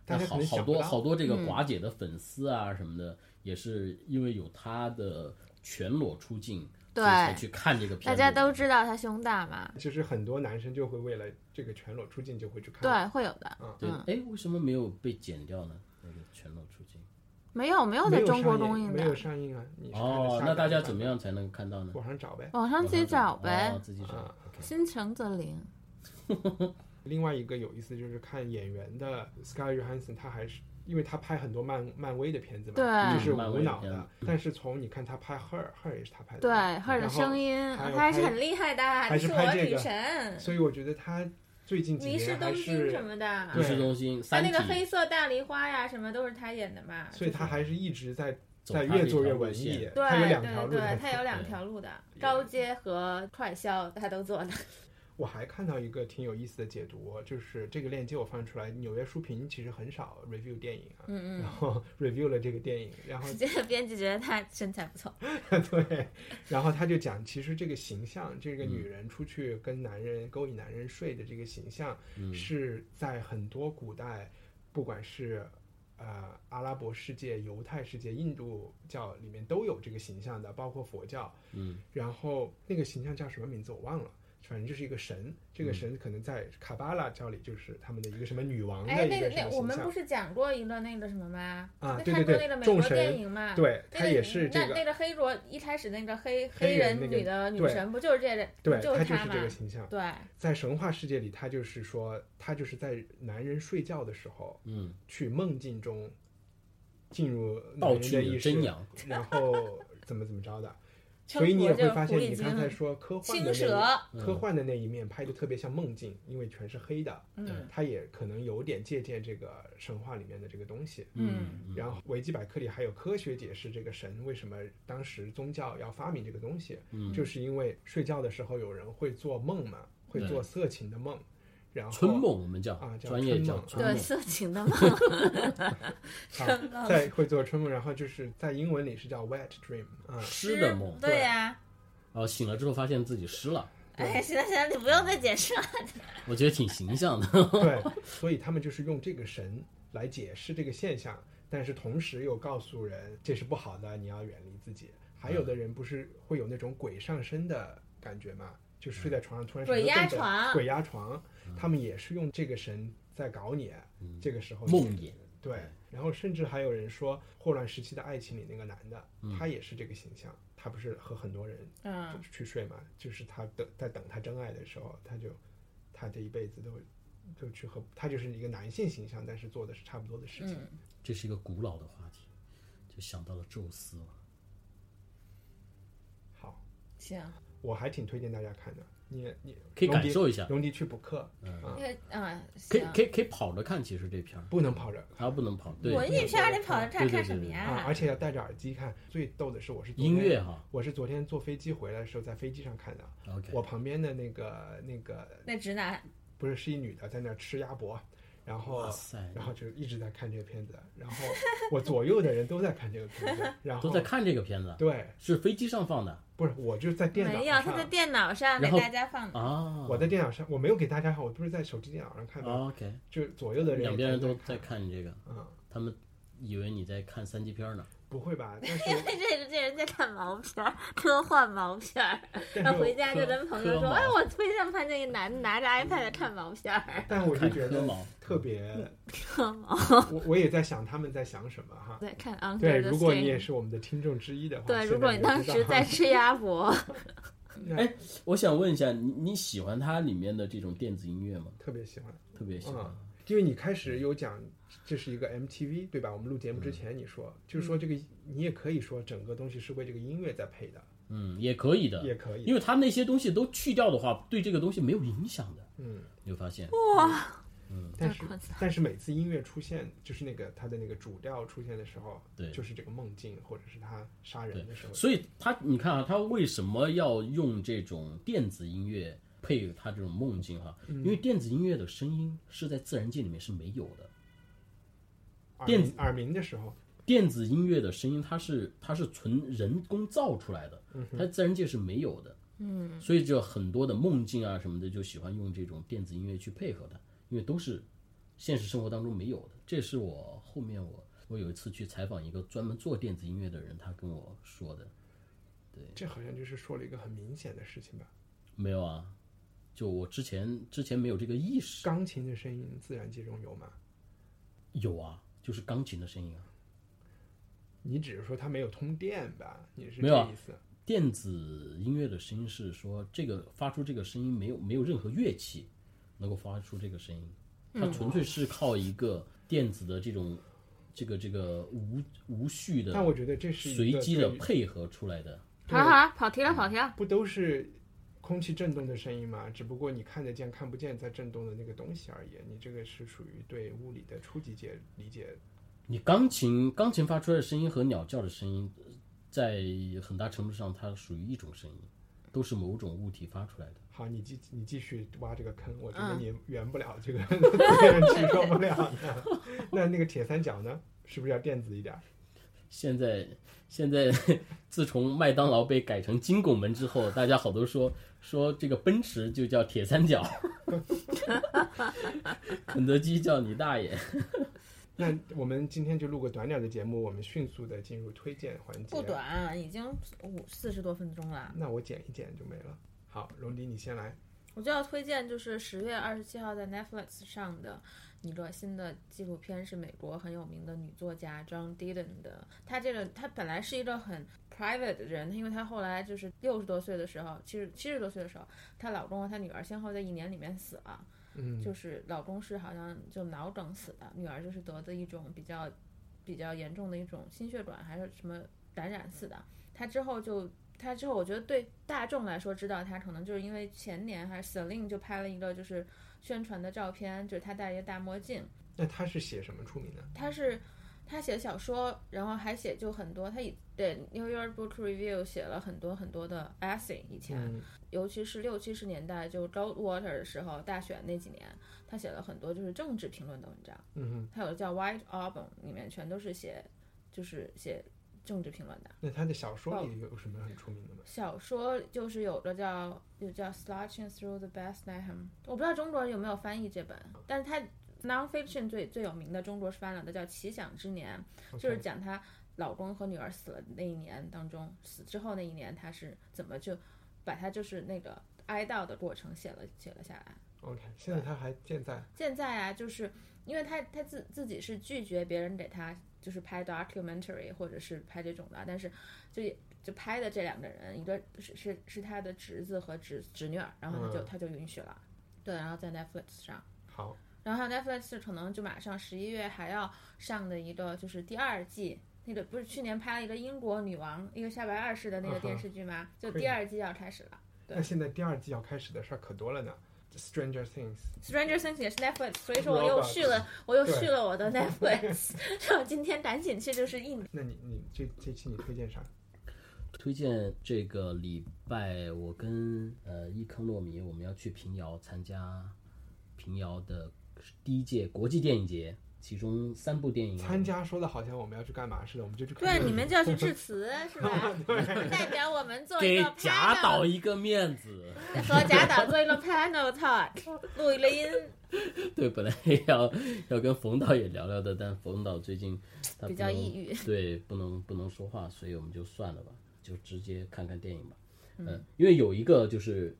大家可
好
能
好
想不
多
到
好多这个
嗯
寡姐的粉丝啊什么的，也是因为有她的全裸出镜，
对
所以才去看这个片
大
子。
家都知道他胸大嘛，
其实很多男生就会为了这个全裸出镜就会去看。
对，会有的，
对
嗯，
哎，为什么没有被剪掉呢？那个全裸出镜。
没有没有
没
在
有
中国
上
公映
没有
的，
上映啊。你是看的
哦
下，载
那大家
版
怎么样才能看到呢？
网上找呗。
网上自己找呗
哦，自己找。
啊
OK
心诚则灵。
另外一啊个有意思就是看演员的 Scarlett Johansson，他还是因为他拍很多漫漫威的片子嘛，
对
就是
漫威
无
的
脑
片子
的。但是从你看他拍 Her Her 也是他拍的，
对，赫尔的
然后
声音，
还有
他还是
拍
很厉害的，啊
还
你
是
是
拍
我
这
女
个
神、
所以我觉得他最近几
迷失
年啊还
东京什
是，
么的，
故
对
事中心，
他
三
啊那
体
个黑色大梨花呀，什么都是他演的嘛。
所以他还是一直在
走
在
他
越
这
做
条
越
路
文
线
艺，
对
他有
对
两条路
对
在，
他
走。
有两条路的，高阶和快消他都做了。
我还看到一个挺有意思的解读，就是这个链接我放出来，纽约书评其实很少 review 电影啊，嗯嗯，然后 review 了这个电影，然后
这个编辑觉得他身材不错，
对，然后他就讲，其实这个形象，这个女人出去跟男人勾引男人睡的这个形象，是在很多古代，不管是呃阿拉伯世界、犹太世界、印度教里面都有这个形象的，包括佛教。嗯，然后那个形象叫什么名字我忘了。反正就是一个神，这个神可能在卡巴拉教里就是他们的一个什么女王的
哎，
一
那
个什
个那
么
我
形
们不
象。
是讲过一个那个什么吗？
啊
那
对对
看过
对
那个美
众
国
神
电影嘛？
对，
那
他
个
也是这
那那
个，
个黑着一开始那个黑
黑人
人
那个
女的女
对
神不就是这人？
对，
就是
就是
嘛
这？个形象。
对，
在神话世界里，他就是说，他就是在男人睡觉的时候，
嗯，
去梦境中进入男
盗
人
取
的
你
意
的
识，
真阳，
然后怎么怎么 着的。
称
所以你也
国
会
就是
发现，
狐狸
你刚才
精
说科幻的那一
青
嗯
蛇，
科幻的那一面拍的特别像梦境，因为全是黑的，
嗯，
它也可能有点借鉴这个神话里面的这个东西，
嗯，
然后维基百科里还有科学解释这个神为什么当时宗教要发明这个东西，嗯，就是因为睡觉的时候有人会做梦嘛，会做色情的梦，然后
春梦我们叫
啊叫
专业
春
叫
梦
春
对
梦，
色情 的嘛，
啊，在会做春梦，然后就是在英文里是叫 wet dream 啊，
湿的梦，
对呀。
然后醒了之后发现自己湿了，
哎，行了行了，你不用再解释了。
我觉得挺形象 的。
对，所以他们就是用这个神来解释这个现象，但是同时又告诉人这是不好的，你要远离自己。还有的人不是会有那种鬼上身的感觉嘛，就睡在床上突然
鬼
什么都
压
动不了
床
鬼压床，
嗯
他们也是用这个神在搞你，这个时候
梦魇
对。然后甚至还有人说，《霍乱时期的爱情》里那个男的，
嗯
他也是这个形象，他不是和很多人
嗯
去睡嘛，就是他等在等他真爱的时候，他就他这一辈子都就去和他就是一个男性形象，但是做的是差不多的事情。
这是一个古老的话题，就想到了宙斯了。
好，
行，
我还挺推荐大家看的，你你
可以感
龙迪
受一下嗯
龙迪去补课，啊
因，为啊，
可以
行
可以可以跑着看，其实这片儿
不能跑着
它不能跑，对，
文艺片儿你跑着看
对对
看
对
什么
对
啊
呀，？
而且要戴着耳机看。最逗的是，我是昨
音
天
乐哈
我是昨天坐飞机回来的时候在飞机上看的。
OK
我旁边的那个那个
那直男
不是是一女的在那儿吃鸭脖，然后
哇塞
然后就一直在看这个片子，然后我左右的人都在看这个片子，然后
都在看这个片子，
对，
是飞机上放的
不是我就在电脑
没有，他在
上，哦
电脑上给
然后
大家放的。
啊。
我在电脑上，我没有给大家看，我不是在手机电脑上看的，
啊 OK，
就左右的人
两边人都
在
在，看这个，
嗯，
他们以为你在看三级片儿呢。
不会吧？ 但是
这这这人在看毛片儿，科幻毛片儿，然后回家就跟朋友
科
说：“
毛
哎，我推荐看见一男拿着
嗯
iPad 看毛片儿。
但我就觉
看科
得
毛
特别， 我我也在想他们在想什么”哈。
在看 Under
对，
the
如果你
Skin
也是我们的听众之一的话，
对，
现
如果
在
你当
就
时
知道
在吃鸭脖，
哎，我想问一下，你你喜欢它里面的这种电子音乐吗？
特别 喜欢，
特别喜欢。
嗯，因为你开始有讲这是一个 MTV 对吧？我们录节
嗯
目之前你说，就
嗯
是说这个你也可以说整个东西是为这个音乐在配的，
嗯，也可以的，
也可以
因为它那些东西都去掉的话，对这个东西没有影响的。嗯，你会发现，
嗯
但是但是每次音乐出现，就是那个它的那个主调出现的时候，
对
就是这个梦境或者是他杀人的时候，
所以它你看啊，它为什么要用这种电子音乐配它这种梦境哈、
嗯
因为电子音乐的声音是在自然界里面是没有的，
耳
电
鸣耳鸣的时候，
电子音乐的声音，它是它是纯人工造出来的，它自然界是没有的。嗯，所以就很多的梦境啊什么的，就喜欢用这种电子音乐去配合它，因为都是现实生活当中没有的。这是我后面我我有一次去采访一个专门做电子音乐的人，他跟我说的，对，
这好像就是说了一个很明显的事情吧。
没有啊，就我之前之前没有这个意识。
钢琴的声音自然界中有吗？
有啊，就是钢琴的声音啊。
你只是说它没有通电吧？你是
没有
这
啊
意思？
电子音乐的声音是说，这个发出这个声音没有没有任何乐器能够发出这个声音，
嗯
它纯粹是靠一个电子的这种这个这个无无序的
但我觉得这是一
随
个
机的
对于
配合出来的。
好了好了，跑题了跑题了。
不都是空气震动的声音吗？只不过你看得见看不见在震动的那个东西而已。你这个是属于对物理的初级解理解。
你钢琴钢琴发出来的声音和鸟叫的声音，在很大程度上它属于一种声音，都是某种物体发出来的。
好，你继你继续挖这个坑，我觉得
嗯
你圆不了这个，别人接受不了的。那那个铁三角呢？是不是要电子一点儿？
现在现在 自从麦当劳被改成金拱门之后，大家好多说说这个奔驰就叫铁三角， 肯德基叫你大爷。
那我们今天就录个短点儿的节目，我们迅速的进入推荐环节。
不。
啊
短，已经五四十多分钟了。
那我剪一剪就没了。好，龙迪你先来。
我就要推荐，就是十月二十七号在 Netflix 上的一个新的纪录片，是美国很有名的女作家 John Didon 的。她这个她本来是一个很 private 的人，因为她后来就是六十多岁的时候，七十七十多岁的时候，她老公和她女儿先后在一年里面死了。
嗯，
就是老公是好像就脑梗死的，女儿就是得的一种比较比较严重的一种心血管还是什么感染死的。她之后就她之后，我觉得对大众来说知道她，可能就是因为前年还是 Celine 就拍了一个就是宣传的照片，就是她戴一个大墨镜，
那他是写什么出名的？
她是。她写小说，然后还写就很多，她以对《New York Book Review》写了很多很多的 essay。以前，
嗯，
尤其是六七十年代，就 Goldwater 的时候，大选那几年，他写了很多就是政治评论的文章。
嗯哼，
他有叫《White Album》，里面全都是写，就是写政治评论的。
那他的小
哦
说里有什么很出名的吗？
小说就是有个叫有叫《Slashing Through the Bethlehem》，我不知道中国人有没有翻译这本，但是他 nonfiction 最最有名的中国是翻了的叫《奇想之年》，就是讲她老公和女儿死了那一年当中，死之后那一年，她是怎么就把她就是那个哀悼的过程写了写了下来。
OK，现在他还健在。
现在啊，就是因为她她自自己是拒绝别人给她就是拍 documentary 或者是拍这种的，但是就也就拍的这两个人，一个是是是她的侄子和侄侄女儿，然后她就
嗯
她就允许了，对，然后在 Netflix 上。
好，
然后还有 Netflix 可能就马上十一月还要上的一个就是第二季，那个不是去年拍了一个英国女王伊丽莎白二世的那个
啊哈
电视剧吗？就
可以
第二季要开始了。对
那现在第二季要开始的事儿可多了呢。Stranger Things，
Stranger Things 也是 Netflix，所以说我又续了，我又续了我的 Netflix，然后今天赶紧去就是一
那你你这这期你推荐啥？
推荐这个礼拜我跟呃一坑糯米我们要去平遥参加平遥的第一届国际电影节，其中三部电影
参加说的好像我们要去干嘛似的，我们就去看
对
电影
你们就要去致辞是 吧？代表我们做一
给
个
贾导
panel，
一个面子。
和贾导做一个 panel talk，录 一个音，
对，本来要要跟冯导也聊聊的，但冯导最近他
比
不
较
能
抑郁
对，不能不能说话，所以我们就算了吧，就直接看看电影吧。嗯、因为有一个就是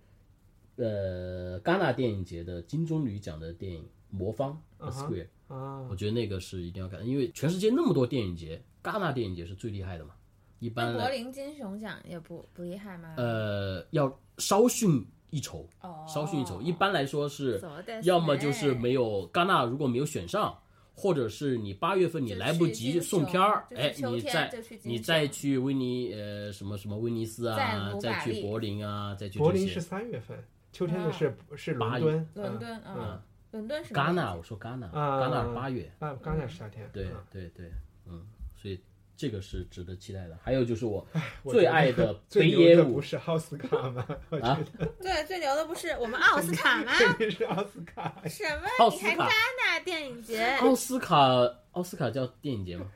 呃戛纳电影节的金棕榈奖的电影《魔方》A
嗯哼
Square，、
啊
我，觉得那个是一定要看，因为全世界那么多电影节，戛纳电影节是最厉害的嘛。一般
柏
来
林金熊奖也不不厉害吗？
呃要稍逊一筹，
哦
稍逊一筹。一般来说是
そうですね
要么就是没有戛纳如果没有选上，或者是你八月份你来不及送片儿，
就去
哎，
金球
你再
就去金球
你再去威尼呃什么什么威尼斯
在
啊，
努
再
瓦利
去柏林啊，再去
柏
这
林是
些。
三月份，秋天的是是伦敦，
啊伦
嗯
敦啊，伦敦是
戛
哪
纳，
个
我说戛纳，
啊
戛纳是八月，
啊，刚才是夏天，
对
嗯
对对，嗯，所以这个是值得期待的。还有就是我
我
最
觉得
爱的
最
北
牛
野
的
武
不是奥斯卡吗？ 我觉
啊
得
对，最牛的不是我们奥斯卡吗？
肯定是奥斯 卡。
什么？
奥
你
斯
还戛
卡
纳电影节？
奥斯卡，奥斯卡叫电影节吗？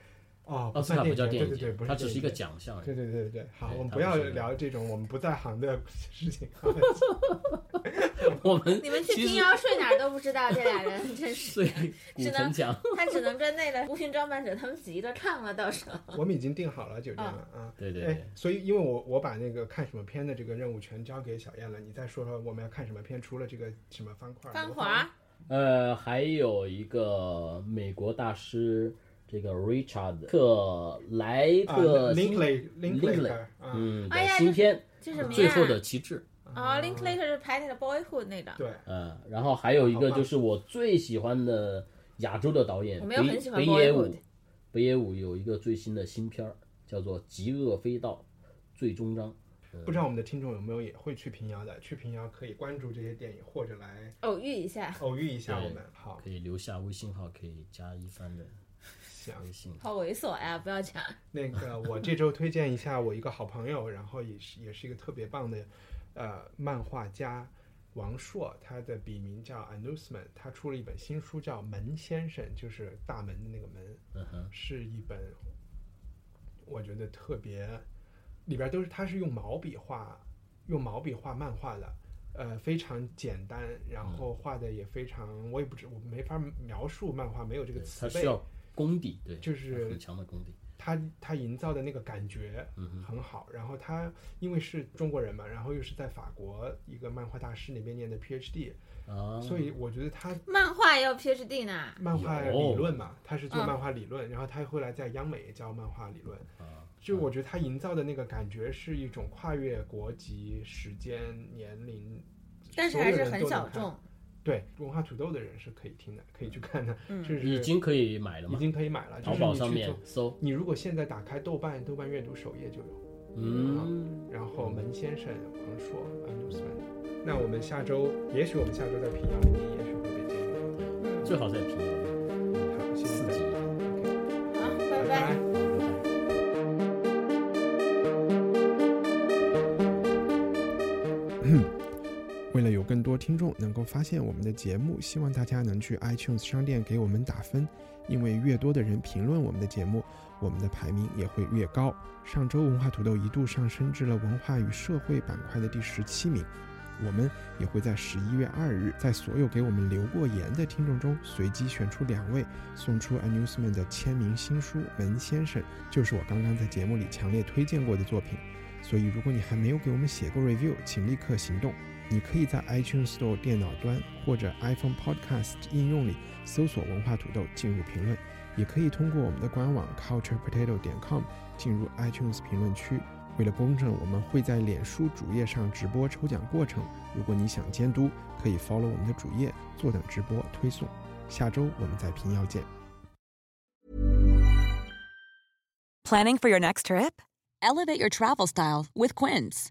哦，
奥斯卡不叫
电
电
影节，
影
对
节
对对，不，是
它只是一个
电影节。
奖项而已。
对对对对，好，
对
我们
它
不
不
要
是
聊这种我们不在行的事情。
我们
你们去啊
其
平
实
遥睡哪儿都不知道，这俩人真是，
对古
只
城
能
墙，
他只能跟那个无菌装扮者他们急着看了，到时候。
我们已经定好了酒店了啊。
对对
哎
对
所以因为我我把那个看什么片的这个任务全交给小燕了，你再说说我们要看什么片？除了这个什么方块儿、啊
翻
魔
华
方，
呃，还有一个美国大师，这个 Richard 克莱
啊
特辛，
，Linklay Linklater 啊，
呃嗯，
哎
的
呀
新
这
片
这什么呀？
最后的旗帜，
啊，Linklater 是拍那个 Boyhood 那张，
嗯对，
嗯，然后还有一
好
个
吧
就是我最喜欢的亚洲的导演
我没有很
北
喜欢
北野
Bollywood
武，北野武有一个最新的新片儿叫做《极恶飞盗最终章》，
不知道我们的听众有没有也会去平遥的？去平遥可以关注这些电影，或者来
偶遇一下，
偶遇一下
对
我们。好
可，以留下微信号，可以加一三的
行，
微信。
好猥琐呀！不要讲，
那个我这周推荐一下我一个好朋友，然后也是也是一个特别棒的，呃，漫画家王朔，他的笔名叫 Anusman，他出了一本新书叫《门先生》，就是大门的那个门，
嗯哼，
是一本我觉得特别，里边都是他是用毛笔画，用毛笔画漫画的，呃，非常简单，然
嗯
后画的也非常，我也不知我没法描述漫画，没有这个
对，
词
它需
汇。
要功底，对，
就是
很强的功底。
他他营造的那个感觉
嗯
很好，然后他因为是中国人嘛，然后又是在法国一个漫画大师那边念的 PhD，、
啊，
所以我觉得他
漫画也有 PhD 呢，
漫画
哦
理论嘛，他是做
嗯
漫画理论，然后他后来在央美教漫画理论，
嗯
就我觉得他营造的那个感觉是一种跨越国籍、时间、年龄，
但是
所有
还是
人
很
都能
小
看
众。。
对文化土豆的人是可以听的，可以去看的，就是
已经可以买了
已
嘛，
经可以买了，
淘
就是
宝
你
上
去
面
做
搜，
你如果现在打开豆瓣，豆瓣阅读首页就有。
嗯，
然后门先生、王朔、Amusement。那我们下周，也许我们下周在平遥录音，也许会被见面。
最好在平遥
好，谢谢
刺
大
激
家，
一点。
好，拜
拜
拜。
拜。
嗯为了有更多听众能够发现我们的节目，希望大家能去 iTunes 商店给我们打分，因为越多的人评论我们的节目，我们的排名也会越高。上周文化土豆一度上升至了文化与社会板块的第十七名，我们也会在十一月二日，在所有给我们留过言的听众中随机选出两位，送出 Amusement 的签名新书《门先生》，就是我刚刚在节目里强烈推荐过的作品。所以，如果你还没有给我们写过 review，请立刻行动。你可以在 iTunes Store 电脑端或者 iPhone Podcast 应用里搜索“文化土豆”进入评论，也可以通过我们的官网 culturepotato 点 com 进入 iTunes 评论区。为了公正，我们会在脸书主页上直播抽奖过程。如果你想监督，可以 follow 我们的主页，坐等直播推送。下周我们在平遥见。
Planning for your next trip? Elevate your travel style with Quince.